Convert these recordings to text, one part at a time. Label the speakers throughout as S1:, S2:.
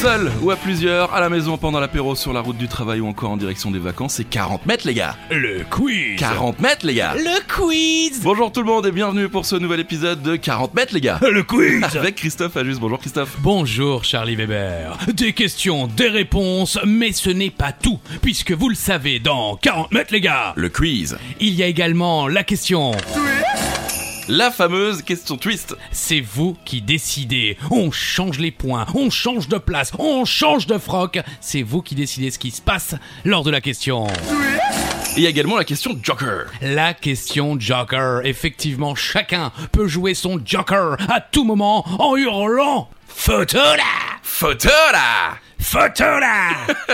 S1: Seul ou à plusieurs, à la maison, pendant l'apéro, sur la route du travail ou encore en direction des vacances, c'est 40 mètres, les gars.
S2: Le quiz.
S1: 40 mètres, les gars.
S2: Le quiz.
S1: Bonjour tout le monde et bienvenue pour ce nouvel épisode de 40 mètres, les gars.
S2: Le quiz.
S1: Avec Christophe Ajus. Bonjour Christophe.
S2: Bonjour Charlie Weber. Des questions, des réponses, mais ce n'est pas tout, puisque vous le savez, dans 40 mètres les gars,
S1: Le quiz.
S2: il y a également la question.
S1: La fameuse question twist.
S2: C'est vous qui décidez. On change les points, on change de place, on change de froc. C'est vous qui décidez ce qui se passe lors de la question.
S1: Et il y a également la question Joker.
S2: La question Joker. Effectivement, chacun peut jouer son Joker à tout moment en hurlant Photo là
S1: Photo là
S2: Photo là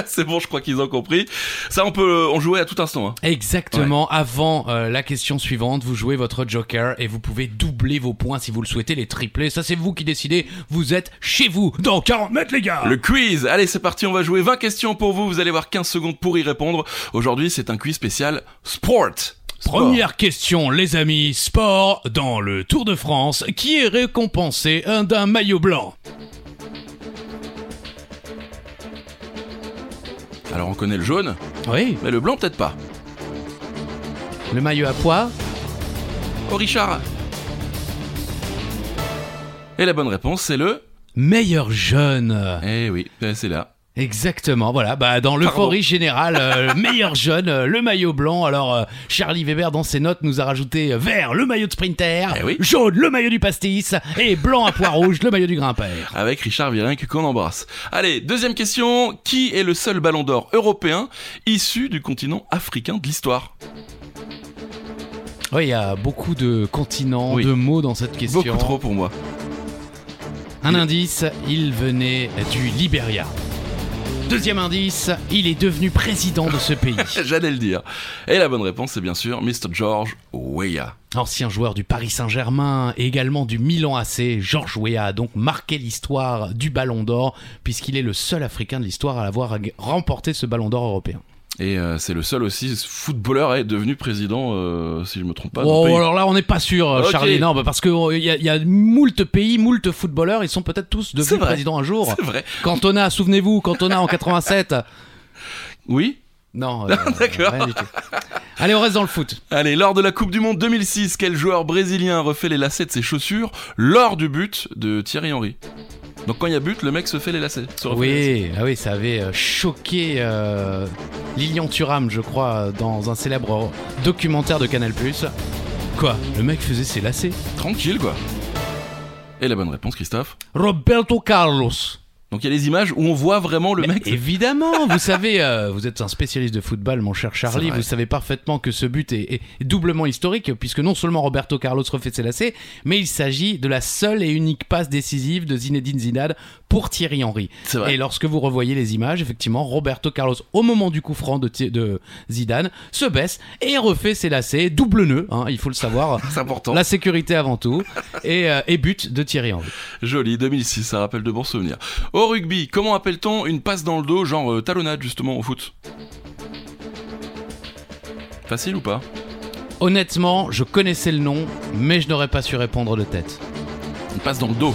S1: C'est bon, je crois qu'ils ont compris. Ça, on peut en jouer à tout instant. hein.
S2: Exactement, avant euh, la question suivante, vous jouez votre Joker et vous pouvez doubler vos points si vous le souhaitez, les tripler. Ça, c'est vous qui décidez. Vous êtes chez vous dans 40 mètres, les gars
S1: Le quiz Allez, c'est parti, on va jouer 20 questions pour vous. Vous allez avoir 15 secondes pour y répondre. Aujourd'hui, c'est un quiz spécial sport. Sport.
S2: Première question, les amis. Sport dans le Tour de France qui est récompensé euh, d'un maillot blanc.
S1: Alors, on connaît le jaune,
S2: Oui,
S1: mais le blanc, peut-être pas.
S2: le maillot à pois.
S1: Oh, Richard Et la bonne réponse, c'est le...
S2: Meilleur jeune.
S1: Eh oui, eh, c'est là.
S2: Exactement, voilà, bah dans l'euphorie générale, euh, le meilleur jeune, euh, le maillot blanc. Alors euh, Charlie Weber dans ses notes nous a rajouté euh, vert le maillot de sprinter,
S1: Eh oui.
S2: jaune le maillot du pastis et blanc à pois rouge le maillot du grimpeur.
S1: Avec Richard Virenque qu'on embrasse. Allez, deuxième question. Qui est le seul ballon d'or européen issu du continent africain de l'histoire
S2: Oui, il y a beaucoup de continents,
S1: Oui.
S2: de mots dans cette question.
S1: Beaucoup trop pour moi.
S2: Un indice, il venait du Libéria. Deuxième indice, il est devenu président de ce pays.
S1: J'allais le dire. Et la bonne réponse, c'est bien sûr Mr. George Weah.
S2: Ancien joueur du Paris Saint-Germain et également du Milan AC, Georges Weah a donc marqué l'histoire du Ballon d'Or puisqu'il est le seul Africain de l'histoire à avoir remporté ce Ballon d'Or européen.
S1: Et euh, c'est le seul aussi footballeur à être devenu président, euh, si je me trompe pas. d'un
S2: oh,
S1: pays.
S2: alors là, on n'est pas sûr, euh,
S1: Ok.
S2: Charlie. Non, bah parce que oh, il y, a- il y a moult pays, moult footballeurs, ils sont peut-être tous
S1: C'est
S2: devenus
S1: vrai.
S2: présidents un jour.
S1: C'est vrai.
S2: Cantona, souvenez-vous, Cantona en 87.
S1: Oui.
S2: Non, euh,
S1: D'accord.
S2: rien du tout. Allez, on reste dans le foot.
S1: Allez, lors de la Coupe du Monde 2006, quel joueur brésilien refait les lacets de ses chaussures lors du but de Thierry Henry Donc quand il y a but, le mec se fait les lacets. se refait les lacets.
S2: Oui, ah oui, ça avait euh, choqué euh, Lilian Thuram, je crois, euh, dans un célèbre documentaire de Canal+. Quoi Le mec faisait ses lacets
S1: Tranquille, quoi. Et la bonne réponse, Christophe
S2: Roberto Carlos.
S1: Donc il y a les images où on voit vraiment le
S2: Mais
S1: mec.
S2: évidemment, vous savez, euh, vous êtes un spécialiste de football, mon cher Charlie,
S1: vrai.
S2: vous savez parfaitement que ce but est, est doublement historique, puisque non seulement Roberto Carlos refait ses lacets, mais il s'agit de la seule et unique passe décisive de Zinedine Zidane pour Thierry Henry.
S1: C'est vrai.
S2: Et lorsque vous revoyez les images, effectivement, Roberto Carlos, au moment du coup franc de, Thi- de Zidane, se baisse et refait ses lacets, double nœud, hein, il faut le savoir.
S1: C'est important.
S2: La sécurité avant tout et, euh, et but de Thierry Henry.
S1: Joli, 2006, ça rappelle de bons souvenirs. Au rugby, comment appelle-t-on une passe dans le dos, genre euh, talonnade justement au foot Facile ou pas
S2: Honnêtement, je connaissais le nom, mais je n'aurais pas su répondre de tête.
S1: Une passe dans le dos.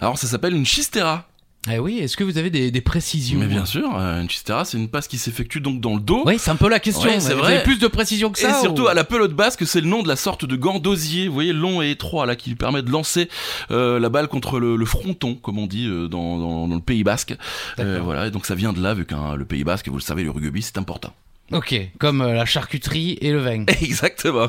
S1: Alors ça s'appelle une chistera.
S2: Eh oui, est-ce que vous avez des, des précisions
S1: Mais bien sûr, euh, une chistera c'est une passe qui s'effectue donc dans le dos.
S2: Oui, c'est un peu la question.
S1: Ouais, c'est
S2: vous
S1: vrai.
S2: avez plus de précision que
S1: Et
S2: ça
S1: surtout
S2: ou-
S1: à la pelote basque, c'est le nom de la sorte de gant d'osier, vous voyez, long et étroit, là, qui lui permet de lancer euh, la balle contre le, le fronton, comme on dit euh, dans, dans- dans le Pays basque.
S2: D'accord.
S1: Euh, voilà, et donc ça vient de là, vu que le Pays basque, vous le savez, le rugby, c'est important.
S2: Ok, comme euh, la charcuterie et le vin.
S1: Exactement.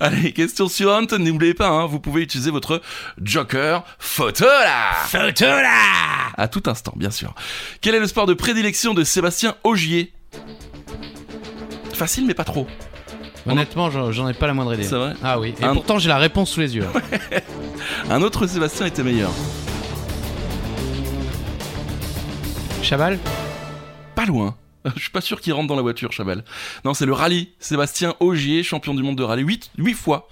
S1: Allez, question suivante, n'oubliez pas, hein, vous pouvez utiliser votre joker photo là
S2: Photo là
S1: À tout instant, bien sûr. Quel est le sport de prédilection de Sébastien Augier Facile, mais pas trop.
S2: Honnêtement, j'en j'en ai pas la moindre idée.
S1: C'est vrai
S2: Ah oui, et
S1: Un-
S2: pourtant j'ai la réponse sous les yeux.
S1: Un autre Sébastien était meilleur.
S2: Chabal
S1: Pas loin. Je suis pas sûr qu'il rentre dans la voiture, Chabal. Non, c'est le rallye. Sébastien Augier, champion du monde de rallye, 8, fois.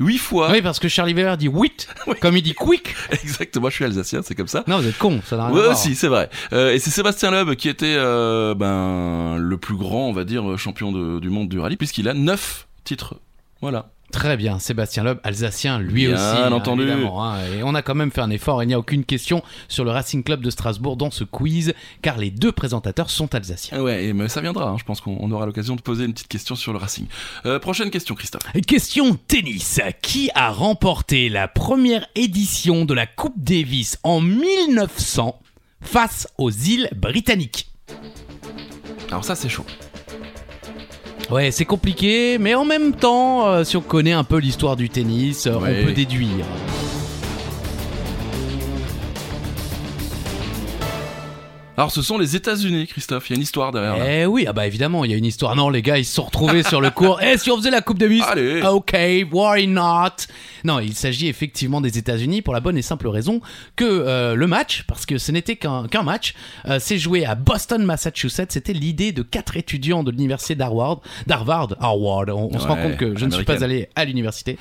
S1: 8 fois.
S2: Oui, parce que Charlie Weber dit wit, comme il dit quick.
S1: Exactement, je suis alsacien, c'est comme ça.
S2: Non, vous êtes con, ça n'a rien
S1: Ouais,
S2: à voir.
S1: aussi, c'est vrai. Euh, et c'est Sébastien Loeb qui était euh, ben, le plus grand, on va dire, champion de- du monde du rallye, puisqu'il a 9 titres. Voilà.
S2: Très bien, Sébastien Loeb, alsacien, lui
S1: Bien
S2: aussi. hein,
S1: entendu.
S2: évidemment, hein. et on a quand même fait un effort, il n'y a aucune question sur le Racing Club de Strasbourg dans ce quiz, car les deux présentateurs sont alsaciens.
S1: Ah Ouais, et, mais ça viendra, hein, je pense qu'on on aura l'occasion de poser une petite question sur le Racing. Euh, prochaine question, Christophe.
S2: Question tennis. Qui a remporté la première édition de la Coupe Davis en 1900 face aux îles britanniques
S1: Alors ça, c'est chaud.
S2: Ouais, c'est compliqué, mais en même temps, euh, si on connaît un peu l'histoire du tennis, euh,
S1: Ouais.
S2: on peut déduire.
S1: Alors ce sont les États-Unis, Christophe, il y a une histoire derrière. là.
S2: Eh oui, ah bah évidemment, il y a une histoire. Non, les gars, ils se sont retrouvés sur le cours. Eh, Ah si on faisait la Coupe Davis
S1: Allez
S2: Ok, why not Non, il s'agit effectivement des États-Unis pour la bonne et simple raison que euh, le match, parce que ce n'était qu'un qu'un match, euh, s'est joué à Boston, Massachusetts. C'était l'idée de quatre étudiants de l'université d'Harvard. D'Harvard, Harvard. On, on se rend
S1: Ouais,
S2: compte que je ne suis
S1: américaine.
S2: pas allé à l'université.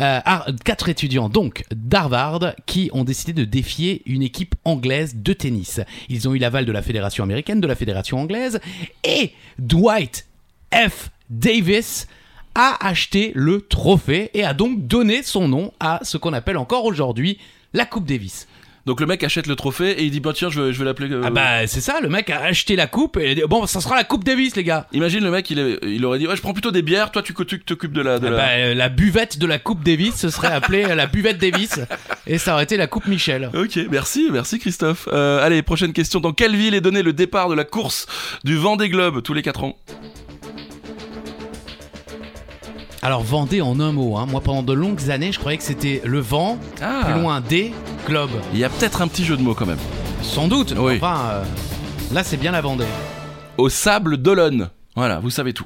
S2: Euh, Har- quatre étudiants donc d'Harvard qui ont décidé de défier une équipe anglaise de tennis. Ils ont eu l'aval de la fédération américaine, de la fédération anglaise et Dwight F. Davis a acheté le trophée et a donc donné son nom à ce qu'on appelle encore aujourd'hui la Coupe Davis.
S1: Donc le mec achète le trophée et il dit, bah tiens, je vais, je vais l'appeler... euh,
S2: Ah bah c'est ça, le mec a acheté la coupe et il a dit, bon ça sera la Coupe Davis les gars.
S1: Imagine le mec, il, est- il aurait dit, ouais, je prends plutôt des bières, toi tu tu t'occupes de la... De
S2: Ah
S1: la...
S2: bah, euh, la buvette de la Coupe Davis se serait appelée la buvette Davis et ça aurait été la Coupe Michel.
S1: Ok, merci, merci Christophe. Euh, allez, prochaine question. Dans quelle ville est donné le départ de la course du Vendée Globe tous les 4 ans
S2: Alors Vendée en un mot, hein. moi pendant de longues années je croyais que c'était le vent,
S1: Ah
S2: plus loin des globes.
S1: Il y a peut-être un petit jeu de mots quand même.
S2: Sans doute,
S1: Oui.
S2: enfin euh, là c'est bien la Vendée.
S1: Au sable d'Olonne. Voilà, vous savez tout.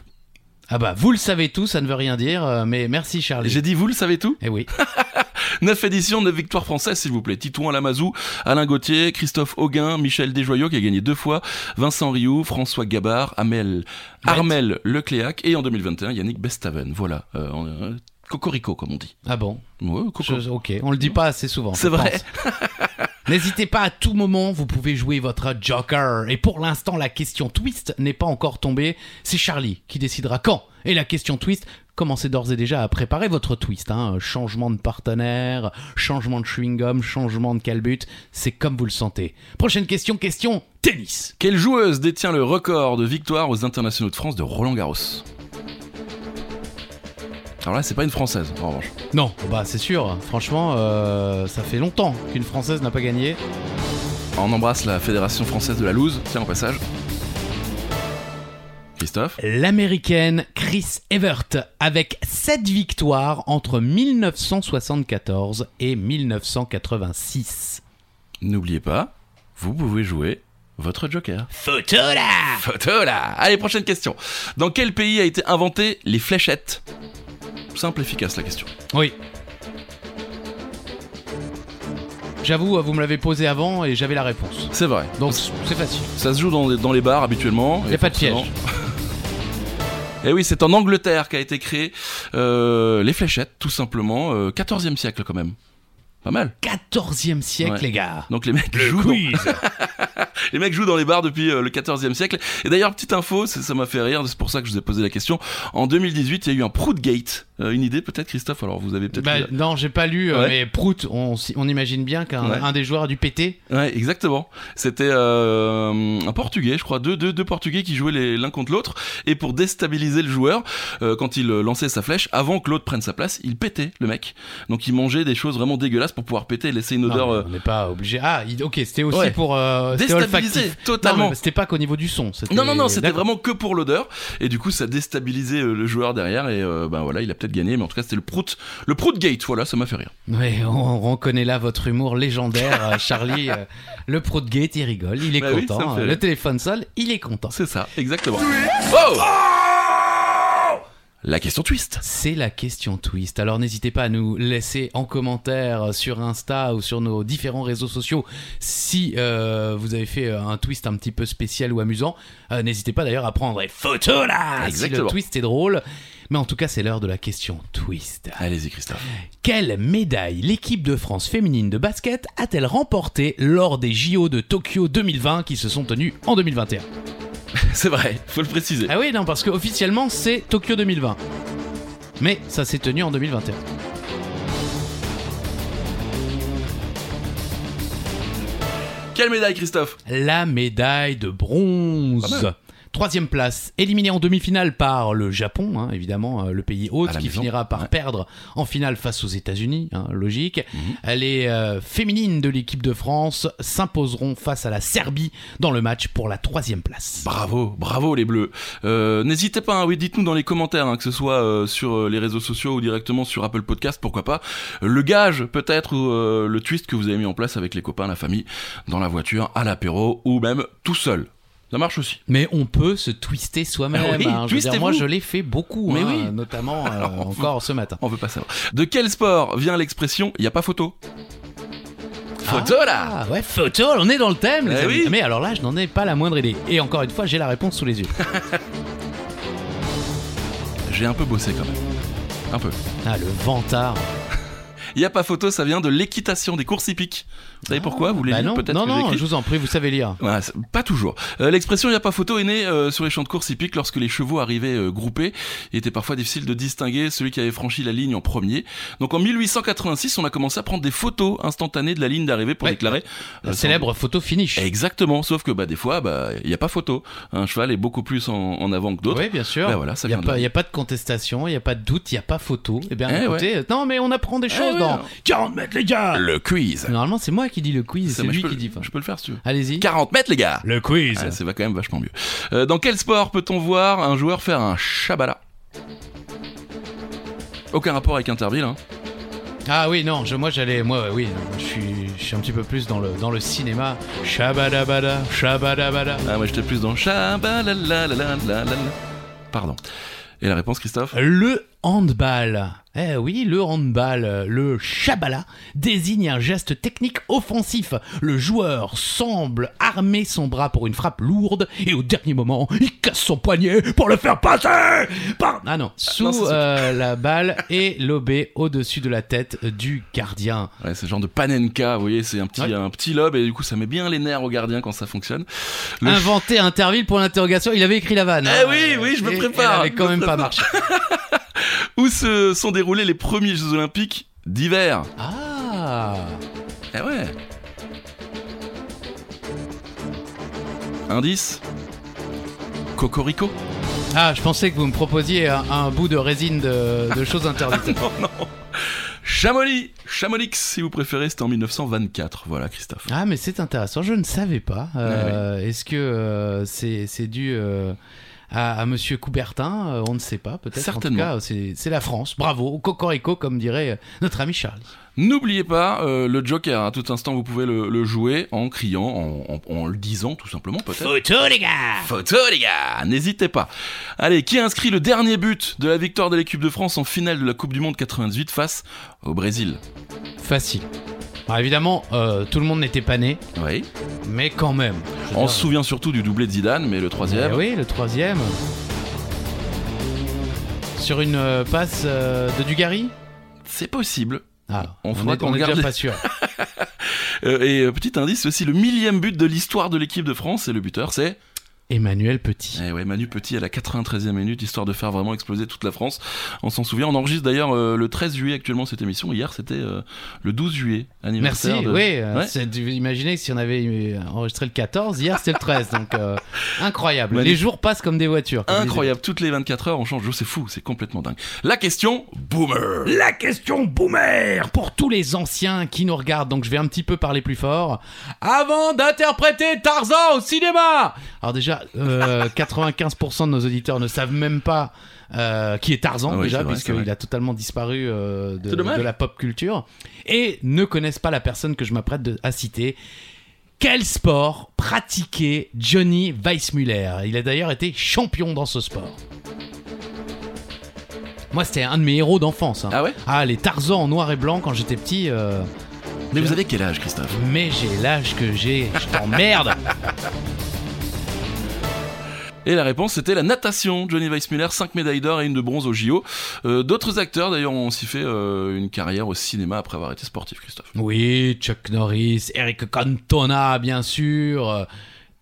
S2: Ah bah vous le savez tout, ça ne veut rien dire, euh, mais merci Charlie.
S1: J'ai dit vous le savez tout
S2: Eh oui.
S1: 9 éditions, 9 victoires françaises, s'il vous plaît. Titouan Lamazou, Alain Gauthier, Christophe Auguin, Michel Desjoyaux, qui a gagné deux fois, Vincent Rioux, François Gabard, Amel, Armel Lecléac, et en 2021, Yannick Bestaven. Voilà. euh, en- euh, cocorico, comme on dit.
S2: Ah bon
S1: Ouais, coco.
S2: Je- ok, on le dit pas assez souvent.
S1: C'est
S2: je
S1: vrai.
S2: pense. N'hésitez pas à tout moment, vous pouvez jouer votre Joker. Et pour l'instant, la question twist n'est pas encore tombée. C'est Charlie qui décidera quand. Et la question twist, commencez d'ores et déjà à préparer votre twist. hein. Euh, Changement de partenaire, changement de chewing-gum, changement de calbut. C'est comme vous le sentez. Prochaine question, question tennis.
S1: Quelle joueuse détient le record de victoires aux internationaux de France de Roland Garros Alors là, c'est pas une française, en revanche.
S2: Non, bah c'est sûr. Franchement, euh, ça fait longtemps qu'une Française n'a pas gagné.
S1: On embrasse la Fédération française de la loose, tiens, en passage. Christophe
S2: L'américaine Chris Evert avec 7 victoires entre 1974 et 1986.
S1: N'oubliez pas, vous pouvez jouer votre Joker.
S2: Photo là
S1: Photo là Allez, prochaine question. Dans quel pays a été inventée les fléchettes Simple, efficace la question.
S2: Oui. J'avoue, vous me l'avez posé avant et j'avais la réponse.
S1: C'est vrai.
S2: Donc c'est facile.
S1: Ça se joue dans, dans les bars habituellement.
S2: Y a pas de piège.
S1: Et oui, c'est en Angleterre qu'a été créé euh, les fléchettes, tout simplement, euh, 14e siècle quand même. Pas mal.
S2: 14e siècle,
S1: Ouais.
S2: les gars.
S1: Donc les mecs jouent dans- les mecs jouent dans les bars depuis euh, le 14e siècle. Et d'ailleurs, petite info, c'est- ça m'a fait rire, c'est pour ça que je vous ai posé la question. En 2018, il y a eu un Proudgate. Euh, une idée peut-être, Christophe Alors vous avez peut-être.
S2: Bah, non, j'ai pas lu, euh,
S1: Ouais.
S2: mais Prout, on, s- on imagine bien qu'un
S1: Ouais.
S2: un des joueurs a dû péter.
S1: Ouais, exactement. C'était euh, un Portugais, je crois, deux, deux, deux Portugais qui jouaient les- l'un contre l'autre. Et pour déstabiliser le joueur, euh, quand il euh, lançait sa flèche, avant que l'autre prenne sa place, il pétait le mec. Donc il mangeait des choses vraiment dégueulasses pour pouvoir péter et laisser une odeur
S2: Non,
S1: euh,
S2: on n'est pas obligé. Ah, il- ok, c'était aussi
S1: Ouais.
S2: pour. euh, c'était
S1: déstabilisée
S2: olfactif. Non,
S1: totalement.
S2: mais c'était pas qu'au niveau du son.
S1: Non, non, non, c'était
S2: D'accord.
S1: vraiment que pour l'odeur. Et du coup, ça déstabilisait euh, le joueur derrière. Et euh, ben voilà, il a peut-être gagné, mais en tout cas, c'était le Prout, le Prout Gate. Voilà, ça m'a fait rire.
S2: Ouais, on reconnaît là votre humour légendaire, euh, Charlie. euh, le pro de Gate, il rigole, il est
S1: Bah oui, ça me
S2: content.
S1: fait
S2: euh,
S1: rire.
S2: le téléphone sonne, il est content.
S1: C'est ça, exactement. Oh la question twist.
S2: C'est la question twist. Alors n'hésitez pas à nous laisser en commentaire sur Insta ou sur nos différents réseaux sociaux si euh, vous avez fait un twist un petit peu spécial ou amusant. Euh, n'hésitez pas d'ailleurs à prendre les photos là si
S1: Exactement.
S2: le twist est drôle. Mais en tout cas, c'est l'heure de la question twist.
S1: Allez-y, Christophe.
S2: Quelle médaille l'équipe de France féminine de basket a-t-elle remportée lors des JO de Tokyo 2020 qui se sont tenus en 2021
S1: C'est vrai, faut le préciser.
S2: Ah oui, non, parce que officiellement c'est Tokyo 2020. Mais ça s'est tenu en 2021.
S1: Quelle médaille, Christophe
S2: La médaille de bronze.
S1: Pas mal.
S2: Troisième place, éliminée en demi-finale par le Japon, hein, évidemment, euh, le pays hôte
S1: À la
S2: qui
S1: maison.
S2: finira par
S1: Ouais. Mhm.
S2: perdre en finale face aux États-Unis, hein, logique. Les euh, féminines de l'équipe de France s'imposeront face à la Serbie dans le match pour la troisième place.
S1: Bravo, bravo les bleus. Euh, N'hésitez pas, hein, oui, dites-nous dans les commentaires, hein, que ce soit euh, sur euh, les réseaux sociaux ou directement sur Apple Podcast, pourquoi pas. Le gage peut-être ou euh, le twist que vous avez mis en place avec les copains, la famille, dans la voiture, à l'apéro ou même tout seul. Ça marche aussi.
S2: Mais on peut se twister soi-même.
S1: Ah oui,
S2: hein. Je veux dire,
S1: twistez-vous.
S2: moi, je l'ai fait beaucoup,
S1: Mais
S2: hein,
S1: oui.
S2: notamment euh,
S1: Alors,
S2: encore ce matin.
S1: On veut pas savoir. De quel sport vient l'expression il n'y a pas photo Photo là
S2: Ah ouais, photo, on est dans le thème, les
S1: Eh
S2: amis.
S1: oui.
S2: Mais alors là, je n'en ai pas la moindre idée. Et encore une fois, j'ai la réponse sous les yeux.
S1: J'ai un peu bossé quand même. Un peu.
S2: Ah, le ventard.
S1: Il n'y a pas photo, ça vient de l'équitation des courses hippiques. Vous savez pourquoi Vous
S2: Bah
S1: voulez
S2: non,
S1: peut-être
S2: non,
S1: que
S2: non,
S1: j'écris
S2: je vous en prie, vous savez lire.
S1: Voilà, Ah, c'est- pas toujours. Euh, L'expression il n'y a pas photo est née euh, sur les champs de course hippiques lorsque les chevaux arrivaient euh, groupés. Il était parfois difficile de distinguer celui qui avait franchi la ligne en premier. Donc en 1886, on a commencé à prendre des photos instantanées de la ligne d'arrivée pour
S2: Ouais.
S1: déclarer
S2: La
S1: euh, son-
S2: célèbre photo finish.
S1: Exactement, sauf que bah, des fois, bah, il n'y a pas photo. Un cheval est beaucoup plus en, en avant que d'autres.
S2: Oui, bien sûr.
S1: Bah voilà, ça
S2: il n'y a,
S1: vient de
S2: pas-
S1: là.
S2: y a pas de contestation, il n'y a pas de doute, il n'y a pas photo. Eh bien,
S1: Eh
S2: écoutez, euh, non, mais on apprend des choses
S1: ouais.
S2: dans 40 mètres, les gars
S1: Le quiz.
S2: Normalement, c'est moi qui dis le
S1: Ça,
S2: quiz, Ah. c'est
S1: mais
S2: lui
S1: je peux
S2: qui
S1: le-
S2: dit. enfin.
S1: Je peux le faire si tu veux.
S2: Allez-y.
S1: 40 mètres, les gars
S2: Le quiz
S1: ah, Ça va quand même vachement mieux. Euh, dans quel sport peut-on voir un joueur faire un shabala Aucun rapport avec Interville, hein.
S2: Ah oui, non, je, moi j'allais. Moi, oui, je suis, je suis un petit peu plus dans le, dans le cinéma. Shabadabada, shabadabada.
S1: Ah, moi j'étais plus dans Shabalalalalala. Pardon. Et la réponse, Christophe
S2: Le handball. Eh oui, le handball, le shabala, désigne un geste technique offensif. Le joueur semble armer son bras pour une frappe lourde et au dernier moment, il casse son poignet pour le faire passer par... Ah non, sous
S1: non, c'est sûr.
S2: euh, la balle et lobé au-dessus de la tête du gardien.
S1: Ouais, c'est le genre de panenka, vous voyez, c'est un petit,
S2: Ouais.
S1: un petit lobe et du coup ça met bien les nerfs au gardien quand ça fonctionne. Le
S2: Inventé Interville pour l'interrogation, il avait écrit la vanne.
S1: Eh
S2: hein.
S1: oui, oui, je me
S2: Et-
S1: prépare.
S2: Elle avait quand
S1: Je me
S2: même pas
S1: prépare.
S2: marché.
S1: Où se sont déroulés les premiers Jeux Olympiques d'hiver
S2: Ah
S1: Eh ouais Indice Cocorico
S2: Ah, je pensais que vous me proposiez un, un bout de résine de, de choses interdites.
S1: Non, non Chamonix Chamonix, si vous préférez, c'était en 1924. Voilà, Christophe.
S2: Ah, mais c'est intéressant, je ne savais pas. Euh, Est-ce que euh, c'est c'est dû euh, à, à monsieur Coubertin Euh, On ne sait pas, peut-être.
S1: Certainement.
S2: En tout cas, c'est c'est la France. Bravo, cocorico, comme dirait euh, notre ami Charles.
S1: N'oubliez pas euh, le Joker, à tout instant vous pouvez le, le jouer en criant, en, en- en le disant tout simplement peut-être.
S2: Photo, les gars
S1: Photo les gars, n'hésitez pas. Allez, qui a inscrit le dernier but de la victoire de l'équipe de France en finale de la Coupe du Monde 98 face au Brésil
S2: Facile. Alors, évidemment, euh, tout le monde n'était pas né,
S1: Oui.
S2: mais quand même. Je veux
S1: On
S2: dire,
S1: se souvient surtout du doublé de Zidane, mais le troisième.
S2: Eh oui, le troisième. Sur une euh, passe euh, de Dugarry
S1: C'est possible.
S2: Ah,
S1: On
S2: on,
S1: fera
S2: est,
S1: qu'on
S2: on est déjà
S1: garde-
S2: pas sûr.
S1: Euh, et euh, petit indice aussi, le millième but de l'histoire de l'équipe de France, et le buteur c'est...
S2: Emmanuel Petit.
S1: Eh ouais, Manu Petit à la 93e minute, histoire de faire vraiment exploser toute la France. On s'en souvient, on enregistre d'ailleurs euh, le 13 juillet actuellement cette émission. Hier, c'était euh, le 12 juillet,
S2: Merci,
S1: anniversaire. de-
S2: oui. euh,
S1: Ouais.
S2: c'est- vous Imaginez que si on avait eu- enregistré le 14, hier c'était le 13, donc euh, incroyable.
S1: Magnifique.
S2: Les jours passent comme des voitures. comme
S1: Incroyable, toutes les 24 heures on change, de jeu, c'est fou, c'est complètement dingue. La question, boomer
S2: disait. La question boomer pour tous les anciens qui nous regardent, donc je vais un petit peu parler plus fort. Avant d'interpréter Tarzan au cinéma Alors déjà, euh, 95% de nos auditeurs ne savent même pas euh, qui est Tarzan,
S1: Ah oui, c'est
S2: déjà,
S1: vrai, c'est vrai.
S2: puisqu'il a totalement disparu euh, de,
S1: C'est dommage.
S2: de la pop culture, et ne connaissent pas la personne que je m'apprête de- à citer. Quel sport pratiquait Johnny Weissmuller Il a d'ailleurs été champion dans ce sport. Moi, c'était un de mes héros d'enfance. hein.
S1: Ah ouais
S2: Ah, les Tarzans en noir et blanc quand j'étais petit. euh,
S1: Mais vous avez quel âge, Christophe
S2: Mais j'ai l'âge que j'ai. Je t'emmerde.
S1: Et la réponse c'était la natation. Johnny Weissmuller, 5 médailles d'or et une de bronze au JO. Euh, D'autres acteurs d'ailleurs ont aussi fait euh, une carrière au cinéma après avoir été sportif, Christophe.
S2: Oui, Chuck Norris, Eric Cantona, bien sûr. euh,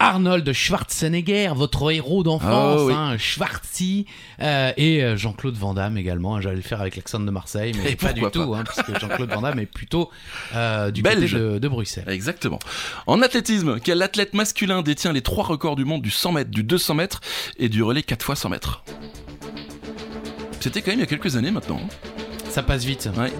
S2: Arnold Schwarzenegger, votre héros d'enfance,
S1: Ah oui.
S2: hein, Schwarzy, euh, et euh, Jean-Claude Van Damme également. hein, J'allais le faire avec l'accent de Marseille, mais
S1: Et
S2: pas du
S1: pourquoi
S2: tout, hein, parce que Jean-Claude Van Damme est plutôt euh, du
S1: Belge.
S2: côté de, de Bruxelles.
S1: Exactement. En athlétisme, quel athlète masculin détient les trois records du monde du 100 mètres, du 200 mètres et du relais 4 fois 100 mètres C'était quand même il y a quelques années maintenant. hein.
S2: Ça passe vite.
S1: Ouais.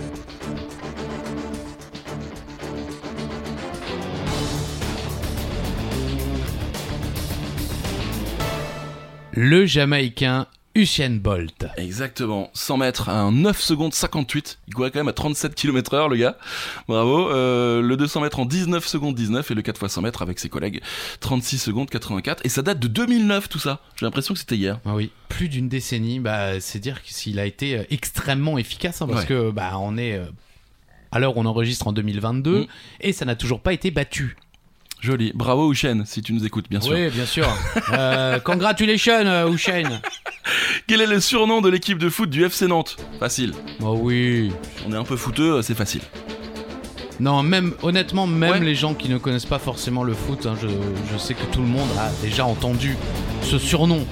S2: Le Jamaïcain Usain Bolt.
S1: Exactement. 100 mètres à un 9 secondes 58. Il courait quand même à 37 km heure, le gars. Bravo. Euh, le 200 mètres en 19 secondes 19 et le 4 fois 100 mètres avec ses collègues 36 secondes 84. Et ça date de 2009 tout ça. J'ai l'impression que c'était hier.
S2: Ah oui, plus d'une décennie, bah, c'est dire que s'il a été euh, extrêmement efficace, hein, parce
S1: Ouais.
S2: que bah, on est. euh, à l'heure, où on enregistre en 2022
S1: Mm.
S2: et ça n'a toujours pas été battu.
S1: Joli. Bravo Houchen, si tu nous écoutes, bien sûr.
S2: Oui, bien sûr. Euh, congratulations, euh, Hussein.
S1: Quel est le surnom de l'équipe de foot du FC Nantes Facile.
S2: Oh oui.
S1: On est un peu fouteux, euh, c'est facile.
S2: Non, même honnêtement, même
S1: Ouais.
S2: les gens qui ne connaissent pas forcément le foot, hein, je, je sais que tout le monde a déjà entendu ce surnom.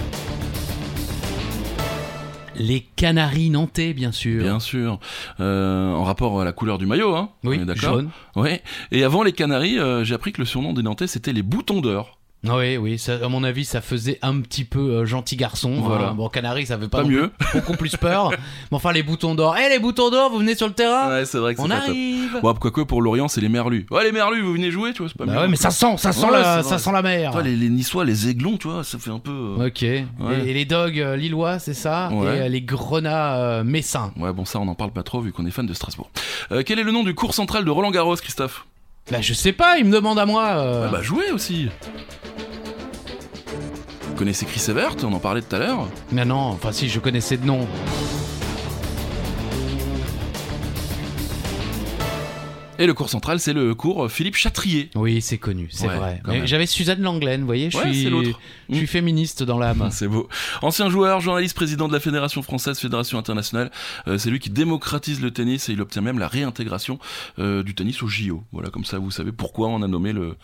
S2: Les Canaries nantais, bien sûr.
S1: Bien sûr. Euh, en rapport à la couleur du maillot, hein
S2: oui,
S1: On est d'accord.
S2: jaune.
S1: Ouais. Et avant les Canaries, euh, j'ai appris que le surnom des Nantais c'était les boutons d'or.
S2: Ah Oui, oui, ça, à mon avis, ça faisait un petit peu euh, gentil garçon.
S1: Voilà.
S2: Hein. Bon, Canaries, ça fait pas,
S1: Pas
S2: non plus
S1: mieux.
S2: beaucoup plus peur. Mais enfin, les boutons d'or. Eh, les boutons d'or, vous venez sur le terrain
S1: Ouais, c'est vrai que c'est
S2: Ah, On
S1: pas top.
S2: arrive
S1: Bon, quoique pour l'Orient, c'est les Merlus. Ouais, les Merlus, vous venez jouer, tu vois, c'est pas
S2: Bah
S1: mieux.
S2: ouais, mais ça sent, ça sent,
S1: Ouais,
S2: la,
S1: c'est
S2: ça
S1: vrai.
S2: sent la mer.
S1: Toi, les, les Niçois, les Aiglons, tu vois, ça fait un peu. euh, Ouais.
S2: Ok. Et, et les dogs euh, lillois, c'est ça
S1: Ouais.
S2: Et euh, les grenats euh, messins.
S1: bon, ça, on n'en parle pas trop vu qu'on est fan de Strasbourg. Euh, quel est le nom du cours central de Roland Garros, Christophe
S2: Bah, je sais pas, il me demande à moi. euh.
S1: Ah Bah, jouez aussi Vous connaissez Chris Evert On en parlait tout à l'heure.
S2: Mais non, enfin, si, je connaissais de nom.
S1: Et le cours central, c'est le cours euh, Philippe Chatrier.
S2: Oui, c'est connu, c'est
S1: Ouais,
S2: vrai.
S1: quand
S2: Mais
S1: même.
S2: J'avais Suzanne Langlaine, vous voyez, je
S1: Ouais,
S2: suis.
S1: c'est l'autre. Mm.
S2: Je suis féministe dans l'âme.
S1: Ah, C'est beau. Ancien joueur, journaliste, président de la Fédération française, Fédération internationale, euh, c'est lui qui démocratise le tennis et il obtient même la réintégration euh, du tennis au JO. Voilà, comme ça vous savez pourquoi on a nommé le,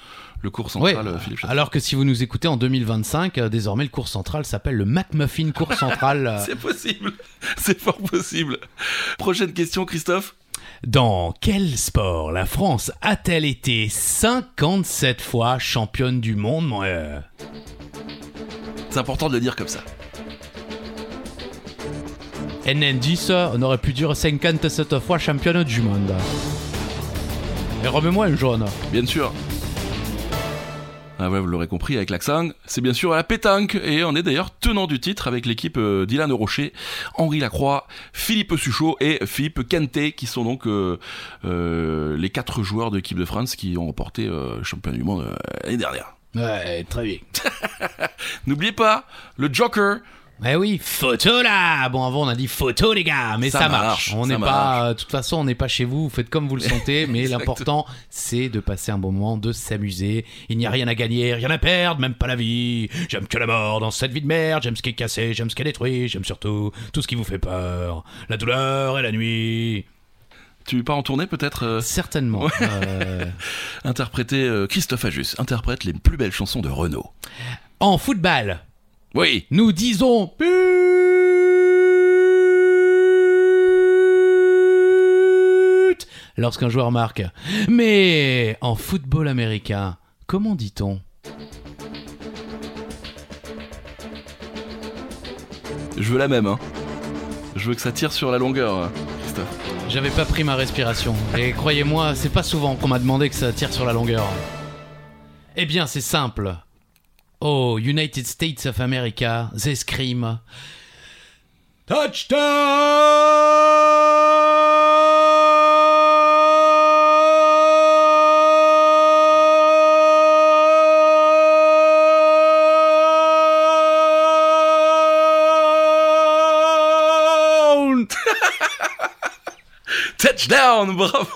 S1: le cours central
S2: Ouais.
S1: euh, Philippe Chatrier.
S2: Alors que si vous nous écoutez en 2025, euh, désormais le cours central s'appelle le McMuffin Cours Central. euh,
S1: C'est possible, c'est fort possible. Prochaine question, Christophe.
S2: Dans quel sport la France a-t-elle été 57 fois championne du monde mon- euh,
S1: C'est important de le dire comme ça.
S2: NN10, euh, on aurait pu dire 57 fois championne du monde. Et remets-moi un jaune.
S1: Bien sûr. Ah ouais, vous l'aurez compris avec l'accent, c'est bien sûr à la pétanque. Et on est d'ailleurs tenant du titre avec l'équipe euh, d'Ilan Rocher, Henri Lacroix, Philippe Suchot et Philippe Canté, qui sont donc euh, euh, les quatre joueurs de l'équipe de France qui ont remporté euh, le championnat du monde euh, l'année dernière.
S2: Ouais, très bien.
S1: N'oubliez pas, le Joker,
S2: Eh oui, photo là Bon, avant on a dit photo les gars, mais ça,
S1: Ça
S2: marche.
S1: marche,
S2: On
S1: ça
S2: n'est
S1: marche.
S2: pas, euh, de toute façon, on n'est pas chez vous, vous faites comme vous le sentez, mais l'important c'est de passer un bon moment, de s'amuser. Il n'y a rien à gagner, rien à perdre, même pas la vie. J'aime que la mort dans cette vie de merde, j'aime ce qui est cassé, j'aime ce qui est détruit, j'aime surtout tout ce qui vous fait peur. La douleur et la nuit.
S1: tu pars en tournée peut-être euh,
S2: Certainement. euh,
S1: interpréter euh, Christophe Ajus, interprète les plus belles chansons de Renaud.
S2: en football,
S1: Oui,
S2: nous disons but lorsqu'un joueur marque. Mais en football américain, comment dit-on
S1: je veux la même. hein. Je veux que ça tire sur la longueur, euh, Christophe.
S2: J'avais pas pris ma respiration. Et croyez-moi, c'est pas souvent qu'on m'a demandé que ça tire sur la longueur. Eh bien, c'est simple. Oh, United States of America, they scream. Touchdown!
S1: Touchdown, bravo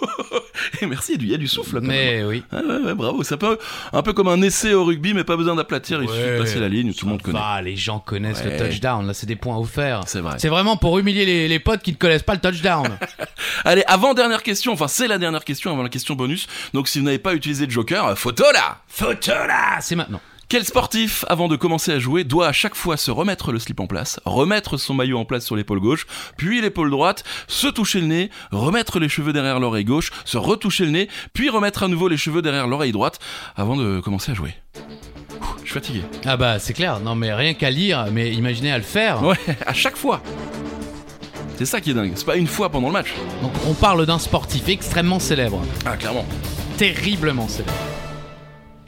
S1: Et merci, il y a du souffle. Quand même.
S2: Mais oui.
S1: Ah ouais, ouais, bravo. C'est un peu, un peu comme un essai au rugby, mais pas besoin d'aplatir, Ah, il suffit de
S2: Ouais.
S1: passer la ligne, tout le monde
S2: Ça
S1: connaît.
S2: va, les gens connaissent
S1: Ouais.
S2: le touchdown. Là, c'est des points offerts.
S1: C'est vrai.
S2: C'est vraiment pour humilier les, les potes qui ne connaissent pas le touchdown.
S1: Allez, avant-dernière question, enfin c'est la dernière question avant la question bonus. Donc si vous n'avez pas utilisé de joker, euh, photo là Photo là
S2: ah, c'est maintenant.
S1: Quel sportif, avant de commencer à jouer, doit à chaque fois se remettre le slip en place, remettre son maillot en place sur l'épaule gauche, puis l'épaule droite, se toucher le nez, remettre les cheveux derrière l'oreille gauche, se retoucher le nez, puis remettre à nouveau les cheveux derrière l'oreille droite avant de commencer à jouer Ouh, Je suis fatigué.
S2: Ah bah, c'est clair. Non, mais rien qu'à lire, mais imaginez à le faire.
S1: Ouais, à chaque fois. C'est ça qui est dingue. C'est pas une fois pendant le match.
S2: Donc, on parle d'un sportif extrêmement célèbre.
S1: Ah, clairement.
S2: terriblement célèbre.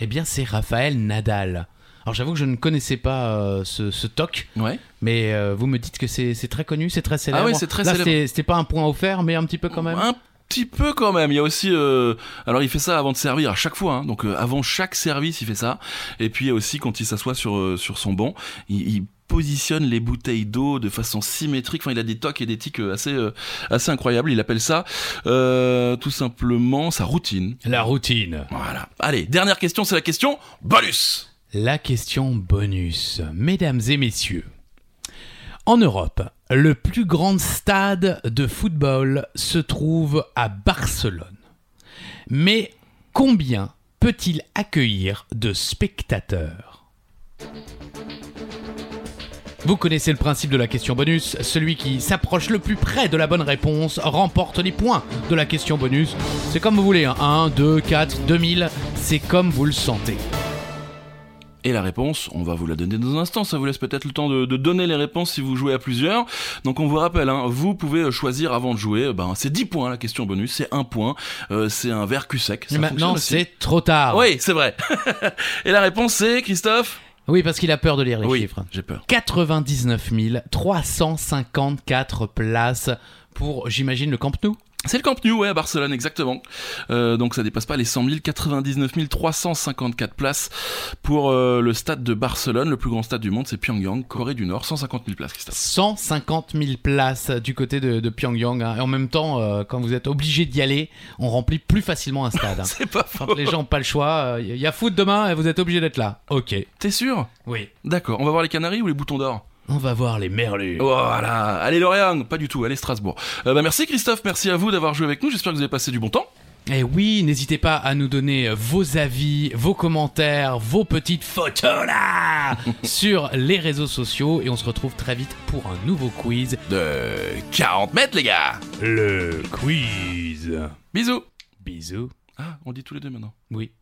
S2: Eh bien, c'est Raphaël Nadal. Alors, j'avoue que je ne connaissais pas euh, ce, ce toc,
S1: Ouais.
S2: mais euh, vous me dites que c'est c'est très connu, c'est très célèbre.
S1: Ah oui, c'est très
S2: Là,
S1: célèbre.
S2: c'était- C'était pas un point offert, mais un petit peu quand même.
S1: Un petit peu quand même. Il y a aussi. euh, Alors, il fait ça avant de servir à chaque fois. hein. Donc, euh, avant chaque service, il fait ça. Et puis, il y a aussi quand il s'assoit sur, euh, sur son banc, il. il positionne les bouteilles d'eau de façon symétrique. Enfin, il a des tocs et des tics euh, assez euh, assez incroyables. Il appelle ça euh, tout simplement sa routine.
S2: La routine.
S1: Voilà. Allez, dernière question, c'est la question bonus.
S2: La question bonus. Mesdames et messieurs, en Europe, le plus grand stade de football se trouve à Barcelone. Mais combien peut-il accueillir de spectateurs Vous connaissez le principe de la question bonus, celui qui s'approche le plus près de la bonne réponse remporte les points de la question bonus. C'est comme vous voulez, hein. 1, 2, 4, 2000, c'est comme vous le sentez.
S1: Et la réponse, on va vous la donner dans un instant. Ça vous laisse peut-être le temps de, de donner les réponses si vous jouez à plusieurs. Donc on vous rappelle, hein, vous pouvez choisir avant de jouer. Ben, c'est 10 points la question bonus, c'est 1 point. Euh, c'est un verre cul sec. ça
S2: Mais maintenant,
S1: fonctionne aussi.
S2: c'est trop tard.
S1: Oui, c'est vrai. Et la réponse, c'est Christophe
S2: Oui, parce qu'il a peur de lire les
S1: Oui,
S2: chiffres.
S1: j'ai peur.
S2: 99 354 places pour, j'imagine, le Camp Nou.
S1: C'est le Camp Nou, ouais, à Barcelone, exactement. Euh, donc ça dépasse pas les 100 000, 99 354 places pour euh, le stade de Barcelone. Le plus grand stade du monde, c'est Pyongyang, Corée du Nord, 150 000 places, Christophe.
S2: 150 000 places du côté de, de Pyongyang. hein. Et en même temps, euh, quand vous êtes obligé d'y aller, on remplit plus facilement un stade. hein.
S1: C'est pas
S2: Quand
S1: faux.
S2: les gens n'ont pas le choix, il y a foot demain et vous êtes obligé d'être là. Ok.
S1: T'es sûr
S2: Oui.
S1: D'accord. On va voir les Canaries ou les Boutons d'Or
S2: On va voir les merlus.
S1: Voilà. Allez Lorient, pas du tout, allez Strasbourg. Euh, bah, merci Christophe, merci à vous d'avoir joué avec nous, j'espère que vous avez passé du bon temps.
S2: Et Eh oui, n'hésitez pas à nous donner euh, vos avis, vos commentaires, vos petites photos là sur les réseaux sociaux et on se retrouve très vite pour un nouveau quiz.
S1: De 40 mètres les gars
S2: Le quiz.
S1: Bisous
S2: Bisous.
S1: Ah, on dit tous les deux maintenant.
S2: Oui.